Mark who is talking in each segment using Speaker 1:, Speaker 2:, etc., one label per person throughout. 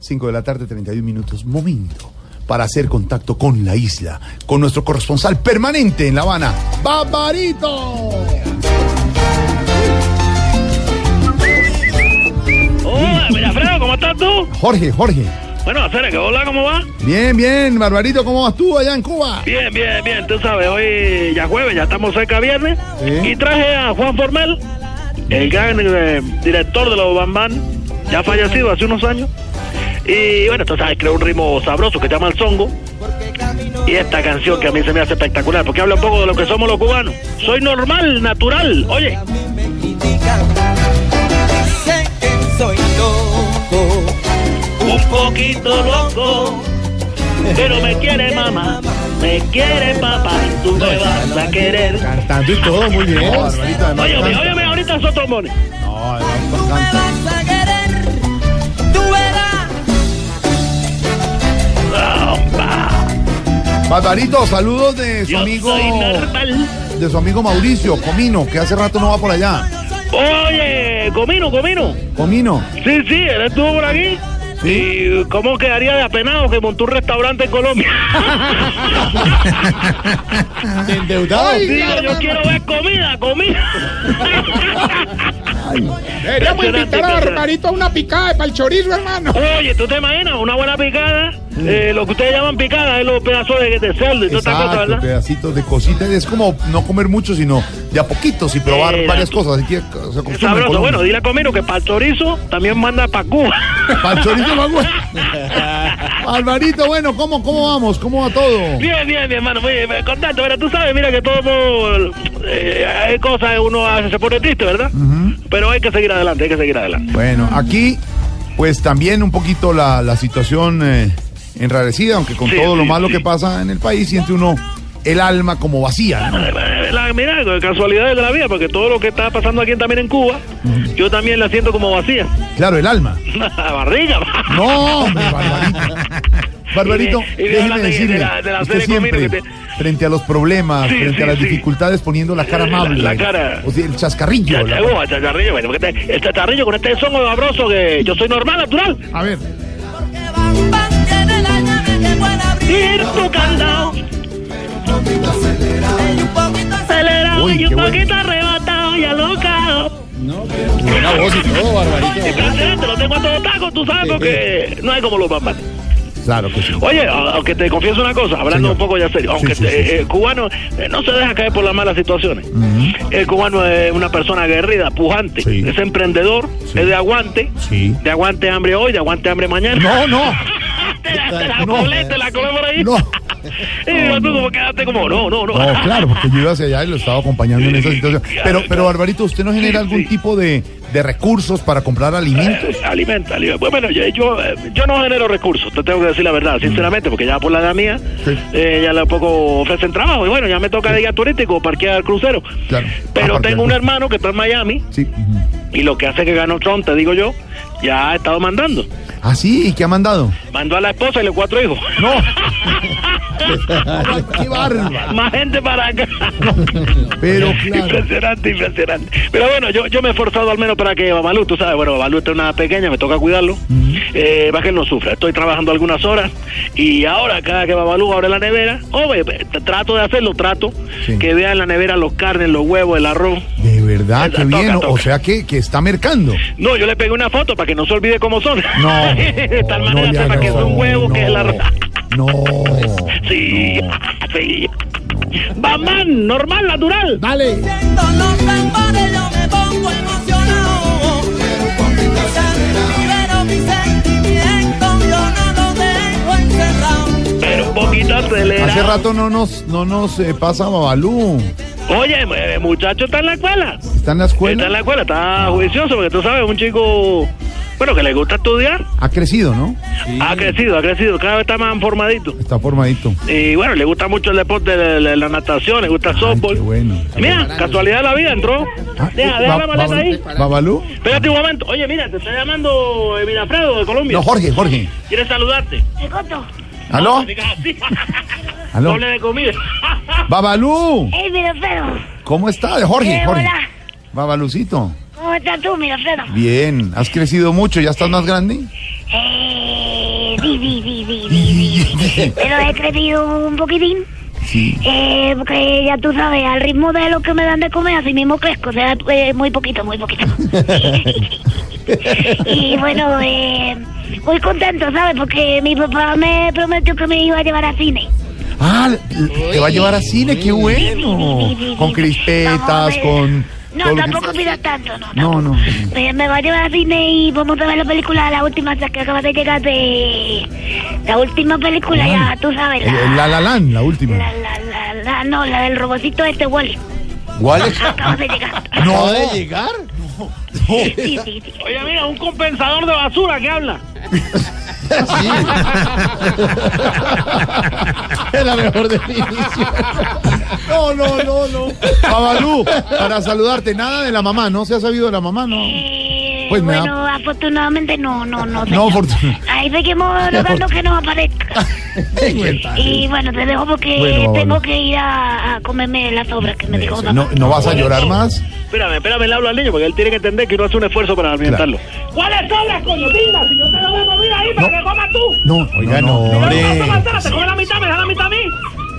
Speaker 1: 5 de la tarde, 31 minutos. Momento para hacer contacto con la isla, con nuestro corresponsal permanente en La Habana, Barbarito.
Speaker 2: Hola, Villafredo, Oh, ¿cómo estás tú?
Speaker 1: Jorge, Jorge.
Speaker 2: Bueno, hacer que hola, ¿cómo va?
Speaker 1: Bien, bien, Barbarito, ¿cómo vas tú allá en Cuba?
Speaker 2: Bien, bien, bien, tú sabes, hoy ya jueves, ya estamos cerca viernes.
Speaker 1: Sí.
Speaker 2: Y traje a Juan Formel, el gran eh, director de los Bambán, ya fallecido hace unos años. Y bueno, tú sabes, creó un ritmo sabroso que se llama el songo. Y esta canción que a mí se me hace espectacular, porque habla un poco de lo que somos los cubanos. Soy normal, natural, oye.
Speaker 3: me critican. Sé que soy loco,
Speaker 2: Un poquito loco, pero me quiere mamá, me quiere papá, y tú me vas a querer.
Speaker 1: Cantando y todo, muy bien. No, Barbarito, además
Speaker 2: Óyeme,
Speaker 1: canta.
Speaker 2: óyeme, ahorita esos trombones.
Speaker 1: No, además
Speaker 3: tú me
Speaker 1: canta.
Speaker 3: vas a querer, tú verás.
Speaker 1: Barbarito, saludos de su
Speaker 2: Yo
Speaker 1: amigo
Speaker 2: soy normal.
Speaker 1: de su amigo Mauricio Comino, que hace rato no va por allá.
Speaker 2: Oye, Comino, Comino.
Speaker 1: Comino.
Speaker 2: Sí, sí, él estuvo por aquí. ¿Y cómo quedaría de apenado que montó un restaurante en Colombia?
Speaker 1: Endeudado.
Speaker 2: Digo, yo quiero ver comida, comida.
Speaker 4: Deberíamos invitar a Barbarito a una picada para el chorizo, hermano.
Speaker 2: Oye, ¿tú te imaginas? Una buena picada. eh, lo que ustedes llaman picada es los pedazos de, de cerdo y toda esta cosa,
Speaker 1: Exacto,
Speaker 2: ¿verdad?
Speaker 1: pedacitos de cositas. Es como no comer mucho, sino de a poquitos y probar
Speaker 2: Eh,
Speaker 1: varias
Speaker 2: la-
Speaker 1: cosas. Así que se acostumbra en
Speaker 2: Sabroso.
Speaker 1: Colombia.
Speaker 2: Bueno, dile a Comino que para el chorizo también manda para Cuba.
Speaker 1: Pa'l chorizo más bueno. Alvarito, bueno, ¿cómo, ¿cómo vamos? ¿Cómo va todo?
Speaker 2: Bien, bien, mi hermano, muy bien, contento. Mira, tú sabes, mira que todo eh, hay cosas que uno hace, se pone triste, ¿verdad? Pero hay que seguir adelante, hay que seguir adelante.
Speaker 1: Bueno, aquí, pues también un poquito la, la situación eh, enrarecida, aunque con
Speaker 2: Sí,
Speaker 1: todo lo
Speaker 2: sí,
Speaker 1: malo
Speaker 2: sí.
Speaker 1: que pasa en el país, siente uno el alma como vacía, ¿no?
Speaker 2: Eh, la- mira, casualidades de la vida, porque todo lo que está pasando aquí también en Cuba, yo también la siento como vacía.
Speaker 1: Claro, el alma.
Speaker 2: la barriga.
Speaker 1: No, hombre, Barbarito. Barbarito,
Speaker 2: Y de- y de
Speaker 1: déjeme
Speaker 2: hablar de-
Speaker 1: decirle,
Speaker 2: de la- de la
Speaker 1: usted
Speaker 2: serie conmigo
Speaker 1: siempre,
Speaker 2: que te-
Speaker 1: frente a los problemas,
Speaker 2: Sí,
Speaker 1: frente
Speaker 2: sí,
Speaker 1: a las
Speaker 2: sí.
Speaker 1: dificultades, poniendo la cara
Speaker 2: Eh, la-
Speaker 1: amable.
Speaker 2: la cara.
Speaker 1: O sea, el chascarrillo.
Speaker 2: Ya,
Speaker 1: la-
Speaker 2: ya, uh, el chacharrillo, bueno, porque este- el chacharrillo con este son sabroso que yo soy normal, natural.
Speaker 1: A ver.
Speaker 3: Porque Bam Bam tiene la llave que puede abrir
Speaker 2: Ir tu candado,
Speaker 3: y un poquito acelerado.
Speaker 2: acelerado
Speaker 1: Uy,
Speaker 2: y un
Speaker 1: qué bueno.
Speaker 2: poquito arrebatado y alocado.
Speaker 4: Buena voz y todo, Barbarito.
Speaker 2: Impresionante, lo tengo a todo taco, tú sabes, porque no hay como los bambanes.
Speaker 1: Claro que sí.
Speaker 2: Oye, a- aunque te confieso una cosa, hablando
Speaker 1: Señor.
Speaker 2: un poco ya serio, aunque
Speaker 1: Sí, sí,
Speaker 2: te-
Speaker 1: sí,
Speaker 2: eh, el cubano eh, no se deja caer por las malas situaciones. El cubano es una persona aguerrida, pujante,
Speaker 1: Sí.
Speaker 2: es emprendedor,
Speaker 1: Sí.
Speaker 2: es de aguante,
Speaker 1: Sí.
Speaker 2: de aguante hambre hoy, de aguante hambre mañana.
Speaker 1: No, no.
Speaker 2: te la, te la
Speaker 1: No.
Speaker 2: colé, te la colé por ahí.
Speaker 1: No.
Speaker 2: y digo, tú como quedaste como, no, no, no.
Speaker 1: No, claro, porque yo iba hacia allá y lo estaba acompañando en esa situación. Pero, pero Barbarito, ¿usted no genera
Speaker 2: Sí,
Speaker 1: algún
Speaker 2: sí.
Speaker 1: tipo de, de recursos para comprar alimentos?
Speaker 2: Eh, Alimenta, alimenta. Pues Bueno, yo, yo, eh, yo no genero recursos, te tengo que decir la verdad, sinceramente, porque ya por la edad mía,
Speaker 1: Sí.
Speaker 2: eh, ya le poco ofrecen trabajo. Y bueno, ya me toca de guía turístico, parquear el crucero.
Speaker 1: Claro.
Speaker 2: Pero
Speaker 1: Aparte del
Speaker 2: tengo un
Speaker 1: crucero.
Speaker 2: hermano que está en Miami
Speaker 1: Sí.
Speaker 2: y lo que hace que ganó Trump, te digo yo, ya ha estado mandando.
Speaker 1: ¿Ah, sí? ¿Y qué ha mandado?
Speaker 2: Mandó a la esposa y los cuatro hijos.
Speaker 1: No. Ay, ¡Qué bárbaro!
Speaker 2: Más gente para acá.
Speaker 1: Pero claro.
Speaker 2: Impresionante, impresionante. Pero bueno, yo, yo me he esforzado al menos para que Babalú, tú sabes, bueno, Babalú está una pequeña, me toca cuidarlo, eh, para que él no sufra. Estoy trabajando algunas horas y ahora cada que Babalú abre la nevera, oh, ve, ve, t- trato de hacerlo, trato
Speaker 1: Sí.
Speaker 2: que vea en la nevera los carnes, los huevos, el arroz.
Speaker 1: De verdad,
Speaker 2: Toca,
Speaker 1: qué bien.
Speaker 2: toca.
Speaker 1: O sea que, que está mercando.
Speaker 2: No, yo le pegué una foto para que no se olvide cómo son.
Speaker 1: No.
Speaker 2: De tal
Speaker 1: no
Speaker 2: manera
Speaker 1: le
Speaker 2: sepa
Speaker 1: haga
Speaker 2: que es
Speaker 1: eso.
Speaker 2: un huevo, que es el
Speaker 1: No,
Speaker 2: arroz.
Speaker 1: No.
Speaker 2: Sí, sí. Bamán, normal, natural.
Speaker 4: Dale.
Speaker 3: Siento los tambores, yo me pongo emocionado. Pero mi sentimiento yo no lo dejo encerrado.
Speaker 2: Pero un poquito acelerado.
Speaker 1: Hace rato no nos, no nos eh, pasa Babalú.
Speaker 2: Oye, el muchacho está en la escuela.
Speaker 1: Está en la
Speaker 2: Pues Está en
Speaker 1: escuela.
Speaker 2: la escuela, está juicioso, porque tú sabes, un chico Bueno, que le gusta estudiar.
Speaker 1: Ha crecido, ¿no?
Speaker 2: Ha crecido, ha crecido. Cada vez está más formadito.
Speaker 1: Está formadito.
Speaker 2: Y bueno, le gusta mucho el deporte, la, la- la natación, le gusta el softball.
Speaker 1: qué bueno.
Speaker 2: Mira, casualidad de la vida, entró.
Speaker 1: Ah,
Speaker 2: Deja, deja
Speaker 1: Ba-
Speaker 2: la maleta
Speaker 1: Ba-
Speaker 2: ahí.
Speaker 1: ¿Babalú?
Speaker 2: Espérate un momento. Oye, mira, te está llamando eh, Mirafredo de Colombia.
Speaker 1: No, Jorge, Jorge.
Speaker 2: ¿Quieres saludarte?
Speaker 1: ¿Aló?
Speaker 2: No, digas así.
Speaker 1: ¿Aló?
Speaker 2: Doble de comida.
Speaker 1: ¡Babalú!
Speaker 5: ¡Ey, Mirafredo!
Speaker 1: ¿Cómo está? Jorge,
Speaker 5: Eh,
Speaker 1: Jorge.
Speaker 5: hola.
Speaker 1: Babalucito.
Speaker 5: ¿Cómo estás tú, Mirafredo?
Speaker 1: Bien, has crecido mucho, ¿ya estás más grande?
Speaker 5: Eh, di, di, di, di, di, di. Pero he crecido un poquitín.
Speaker 1: Sí.
Speaker 5: Eh, porque ya tú sabes, al ritmo de lo que me dan de comer, así mismo crezco. O sea, eh, muy poquito, muy poquito. y bueno, eh, muy contento, ¿sabes? Porque mi papá me prometió que me iba a llevar a cine.
Speaker 1: Ah, te va a llevar a cine, qué bueno.
Speaker 5: Sí, sí, sí, sí.
Speaker 1: Oh, Con
Speaker 5: Vamos
Speaker 1: crispetas,
Speaker 5: a ver.
Speaker 1: con... todo
Speaker 5: No,
Speaker 1: lo que-
Speaker 5: tampoco pidas tanto, no.
Speaker 1: No, no.
Speaker 5: Me, me va a llevar a cine y vamos a ver la película, la última esa que acaba de llegar de... La última película, ya tú sabes,
Speaker 1: El- el Eh, La La
Speaker 5: la...
Speaker 1: Land, la
Speaker 5: La,
Speaker 1: última.
Speaker 5: la, la, la- no, la del robocito este Wally.
Speaker 1: ¿Wall-E?
Speaker 5: Acaba de llegar.
Speaker 1: No. de llegar?
Speaker 5: Sí, sí, sí.
Speaker 2: Oye, mira, un compensador de basura que habla.
Speaker 1: Es la mejor definición. No, no, no, no. Babalú, para saludarte, nada de la mamá, ¿no? ¿Se ha sabido de la mamá? No.
Speaker 5: Eh,
Speaker 1: Pues me da-
Speaker 5: bueno, afortunadamente no, no,
Speaker 1: No,
Speaker 5: no. señor.
Speaker 1: afortun-
Speaker 5: Ahí seguimos logrando que nos aparezca. Y bueno, te dejo porque
Speaker 1: Bueno,
Speaker 5: tengo
Speaker 1: Babalu.
Speaker 5: que ir a, a comerme las obras que me dijo papá.
Speaker 1: No, ¿No vas a llorar más?
Speaker 2: Espérame, espérame, le hablo al niño porque él tiene que entender que uno hace un esfuerzo para alimentarlo. ¿Cuáles son las coñotinas? Si yo te lo voy a mover ahí para
Speaker 1: No.
Speaker 2: que comas tú.
Speaker 1: No, oiga, no,
Speaker 2: Pero no,
Speaker 1: hombre.
Speaker 2: Santana, te come la mitad, me deja la mitad a mí.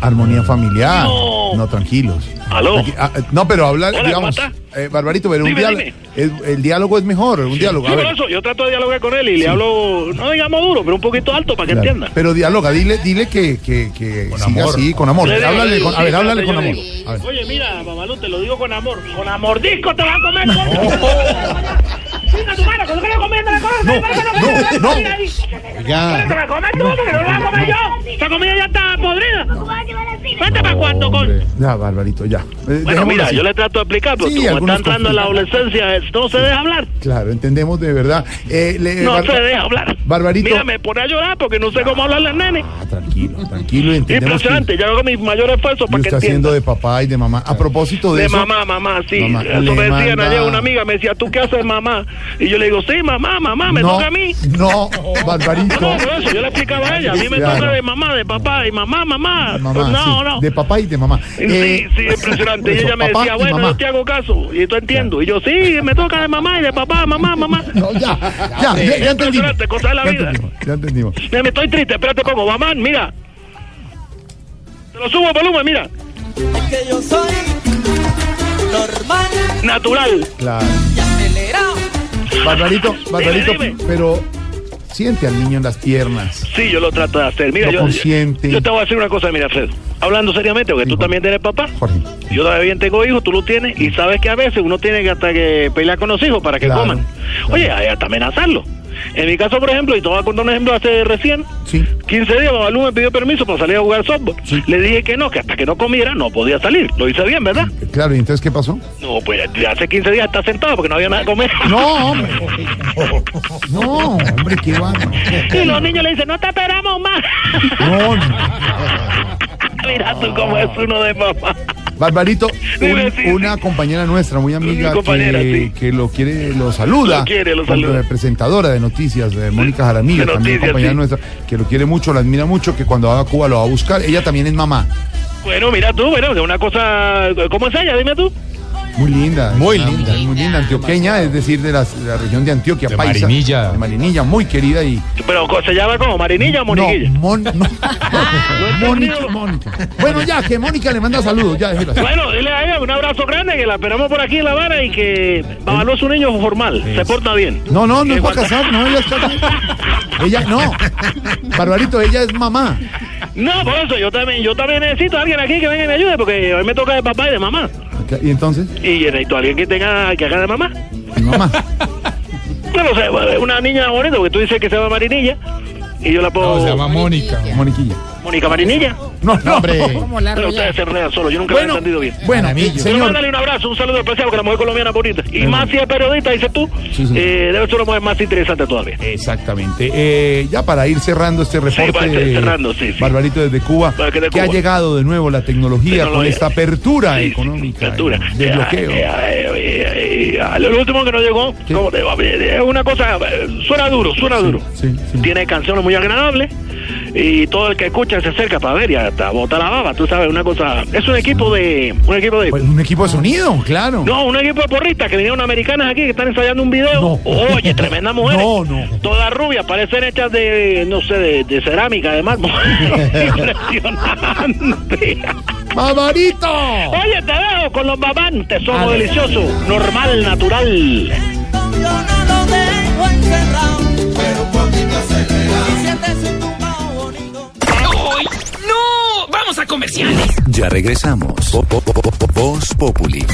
Speaker 1: Armonía familiar.
Speaker 2: No.
Speaker 1: No, tranquilos.
Speaker 2: Aló.
Speaker 1: Tranqui- ah, eh, no, pero hablar,
Speaker 2: Hola,
Speaker 1: digamos,
Speaker 2: ¿cómo
Speaker 1: eh, Barbarito, pero un
Speaker 2: Dime,
Speaker 1: diálogo,
Speaker 2: dime.
Speaker 1: el, el diálogo es mejor, un diálogo.
Speaker 2: Sí,
Speaker 1: A ver,
Speaker 2: por eso, yo trato de dialogar con él y le hablo, no digamos duro, pero un poquito alto para que
Speaker 1: claro.
Speaker 2: entienda.
Speaker 1: Pero dialoga, dile, dile que, que, que siga así, con amor.
Speaker 2: Le digo,
Speaker 1: Háblale
Speaker 2: le
Speaker 1: con,
Speaker 2: digo,
Speaker 1: a ver,
Speaker 2: sí,
Speaker 1: háblale
Speaker 2: espérate,
Speaker 1: con amor.
Speaker 2: yo le digo,
Speaker 1: A ver.
Speaker 2: Oye, mira, Babalú, te lo digo con amor. Con amor disco te vas a comer. Venga, tu mano, que no quiero comer, te la comes, te la comes,
Speaker 1: no,
Speaker 2: te la comes,
Speaker 1: no.
Speaker 2: mira ahí. Te la comes tú, porque no la voy a comer yo. Esta comida ya está podrida. Vete para cuando, coño.
Speaker 1: Hombre, Ya, Barbarito, ya. Eh,
Speaker 2: Bueno,
Speaker 1: dejémoslo
Speaker 2: mira,
Speaker 1: así.
Speaker 2: yo le trato de explicar, pero
Speaker 1: Sí,
Speaker 2: tú, como está
Speaker 1: algunos
Speaker 2: entrando en la adolescencia, es- no se deja hablar.
Speaker 1: Claro, entendemos de verdad. Eh, le-
Speaker 2: No
Speaker 1: Bar-
Speaker 2: se deja hablar.
Speaker 1: Barbarito.
Speaker 2: Mira, me pone a llorar porque no sé cómo hablar las nenes.
Speaker 1: Ah, tranquilo, tranquilo. Entendemos que-
Speaker 2: Impresionante, yo hago mis mayores esfuerzos
Speaker 1: y
Speaker 2: para que
Speaker 1: usted haciendo
Speaker 2: entienda.
Speaker 1: de papá y de mamá. A propósito de,
Speaker 2: De
Speaker 1: eso,
Speaker 2: mamá, mamá, sí.
Speaker 1: Mamá, le
Speaker 2: Eso me decían
Speaker 1: manda-
Speaker 2: ayer una amiga, me decía, ¿tú qué haces, mamá? Y yo le digo, sí, mamá, mamá, me
Speaker 1: no,
Speaker 2: toca a mí.
Speaker 1: No, Barbarito.
Speaker 2: No, pero eso yo le explicaba a ella, a mí me
Speaker 1: Claro.
Speaker 2: toca de mamá, de papá, y mamá, mamá.
Speaker 1: Mamá,
Speaker 2: Pues no,
Speaker 1: sí,
Speaker 2: no.
Speaker 1: De papá y de mamá.
Speaker 2: Sí,
Speaker 1: Eh,
Speaker 2: sí, impresionante.
Speaker 1: eso,
Speaker 2: y ella me
Speaker 1: papá
Speaker 2: decía,
Speaker 1: y
Speaker 2: bueno,
Speaker 1: mamá.
Speaker 2: yo te hago caso. Y yo entiendo. Y yo, sí, me toca de mamá y de papá, mamá, mamá.
Speaker 1: No, ya, ya, ya, ya entendimos.
Speaker 2: Impresionante, cosa de la
Speaker 1: Ya
Speaker 2: vida.
Speaker 1: entendimos, ya entendimos.
Speaker 2: Mira, me estoy triste, espérate como, mamá, mira. Te lo subo el volumen, mira.
Speaker 3: que yo soy normal
Speaker 2: Natural.
Speaker 1: Claro.
Speaker 3: y acelerado.
Speaker 1: Barbarito, Barbarito,
Speaker 2: Dime, dime.
Speaker 1: pero siente al niño en las piernas.
Speaker 2: Sí, yo lo trato de hacer. Mira,
Speaker 1: Lo
Speaker 2: yo,
Speaker 1: consiente.
Speaker 2: yo te voy a decir una cosa, mira, Fred. Hablando seriamente, porque
Speaker 1: Digo.
Speaker 2: tú también tienes papá.
Speaker 1: Jorge.
Speaker 2: Yo también tengo hijos, tú lo tienes, y sabes que a veces uno tiene que hasta que pelear con los hijos para que
Speaker 1: Claro,
Speaker 2: coman.
Speaker 1: claro.
Speaker 2: Oye, hay hasta amenazarlo. En mi caso, por ejemplo, y te voy a contar un ejemplo hace recién,
Speaker 1: Sí.
Speaker 2: 15 días Babalú me pidió permiso para salir a jugar softball.
Speaker 1: Sí.
Speaker 2: Le dije que no, que hasta que no comiera no podía salir. Lo hice bien, ¿verdad?
Speaker 1: Claro, ¿y entonces qué pasó?
Speaker 2: No, pues hace 15 días está sentado porque no había nada que comer.
Speaker 1: No, hombre. No, hombre, qué va.
Speaker 2: Y los niños le dicen, no te esperamos más.
Speaker 1: No, no.
Speaker 2: Mira
Speaker 1: Ah.
Speaker 2: tú cómo es uno de papá.
Speaker 1: Barbarito,
Speaker 2: Dime,
Speaker 1: un-
Speaker 2: sí, sí.
Speaker 1: una compañera nuestra, muy amiga,
Speaker 2: Mi compañera,
Speaker 1: que,
Speaker 2: sí.
Speaker 1: que lo quiere, lo saluda.
Speaker 2: Lo quiere, lo
Speaker 1: Como
Speaker 2: saluda.
Speaker 1: Presentadora de noticias, de Mónica Jaramillo,
Speaker 2: de
Speaker 1: también
Speaker 2: noticias,
Speaker 1: compañera
Speaker 2: sí.
Speaker 1: nuestra, que lo quiere mucho, lo admira mucho, que cuando va a Cuba lo va a buscar. Ella también es mamá.
Speaker 2: Bueno, mira tú, bueno, de una cosa... ¿Cómo es ella? Dime tú.
Speaker 1: Muy linda.
Speaker 6: Muy
Speaker 1: es una-
Speaker 6: linda.
Speaker 1: Muy linda, antioqueña, es decir, de, las- de la región de Antioquia,
Speaker 6: De
Speaker 1: paisa.
Speaker 6: Marinilla.
Speaker 1: De Marinilla, muy querida y...
Speaker 2: Pero ¿se llama como? ¿Marinilla o Moniquilla?
Speaker 1: No, Mon- no.
Speaker 2: entendido.
Speaker 1: Mónica, Mónica. Bueno, ya, que Mónica le manda saludos, ya, déjelo así.
Speaker 2: Bueno, dile a ella un abrazo grande que la esperamos por aquí en La Habana y que Babalú es un niño formal, se porta bien.
Speaker 1: No, no, no
Speaker 2: Que
Speaker 1: es para
Speaker 2: cuando-
Speaker 1: casar, no, ella está bien. Ella, no. Barbarito, ella es mamá.
Speaker 2: No, por eso yo también, yo también necesito a alguien aquí que venga y me ayude porque hoy me toca de papá y de mamá.
Speaker 1: Ok, ¿Y entonces?
Speaker 2: Y yo necesito a alguien que tenga que haga de mamá.
Speaker 1: Mi mamá.
Speaker 2: No lo sé, bueno, una niña bonita porque tú dices que se llama Marinilla y yo la puedo...
Speaker 6: No, se llama Mónica.
Speaker 1: Moniquilla.
Speaker 2: Mónica Marinilla.
Speaker 1: No, no, hombre.
Speaker 4: Como la
Speaker 2: Pero ustedes
Speaker 4: relé.
Speaker 2: se enredan solo, yo nunca lo he entendido bien.
Speaker 1: Bueno, eh,
Speaker 2: Pero
Speaker 1: señor,
Speaker 2: mándale un abrazo, un saludo especial porque la mujer colombiana es bonita. Y más si es periodista, dices tú, eh, debe ser una mujer más interesante todavía.
Speaker 1: Exactamente. Eh, ya para ir cerrando este reporte,
Speaker 2: para ir cerrando, sí, sí.
Speaker 1: Barbarito desde Cuba,
Speaker 2: Para que de
Speaker 1: que ha
Speaker 2: Cuba.
Speaker 1: llegado de nuevo la tecnología con
Speaker 2: Tecnología.
Speaker 1: esta apertura
Speaker 2: Sí, sí,
Speaker 1: económica,
Speaker 2: apertura.
Speaker 1: el desbloqueo.
Speaker 2: Eh, eh, eh, eh, eh, lo último que nos llegó,
Speaker 1: Sí.
Speaker 2: como te digo, eh, es una cosa, eh, suena duro, suena duro.
Speaker 1: sí, sí.
Speaker 2: Tiene canciones muy agradables y todo el que escucha se acerca para ver y hasta bota la baba, tú sabes, una cosa. Es un equipo de. Un equipo de
Speaker 1: Pues un equipo de sonido, claro.
Speaker 2: no, un equipo de porristas que vinieron americanas aquí que están ensayando un video.
Speaker 1: No.
Speaker 2: Oye, tremenda mujer.
Speaker 1: No, no.
Speaker 2: Todas rubias, parecen hechas de, no sé, de, de cerámica, de mármol. Impresionante.
Speaker 1: ¡Barbarito!
Speaker 2: Oye, te dejo con los babán, tesoro delicioso, normal, natural.
Speaker 3: Yo no lo dejo encerrado, pero un poquito acelerado. Y siente su tumbao bonito.
Speaker 6: Ya regresamos. Po- po- po- po- po- Voz Populi.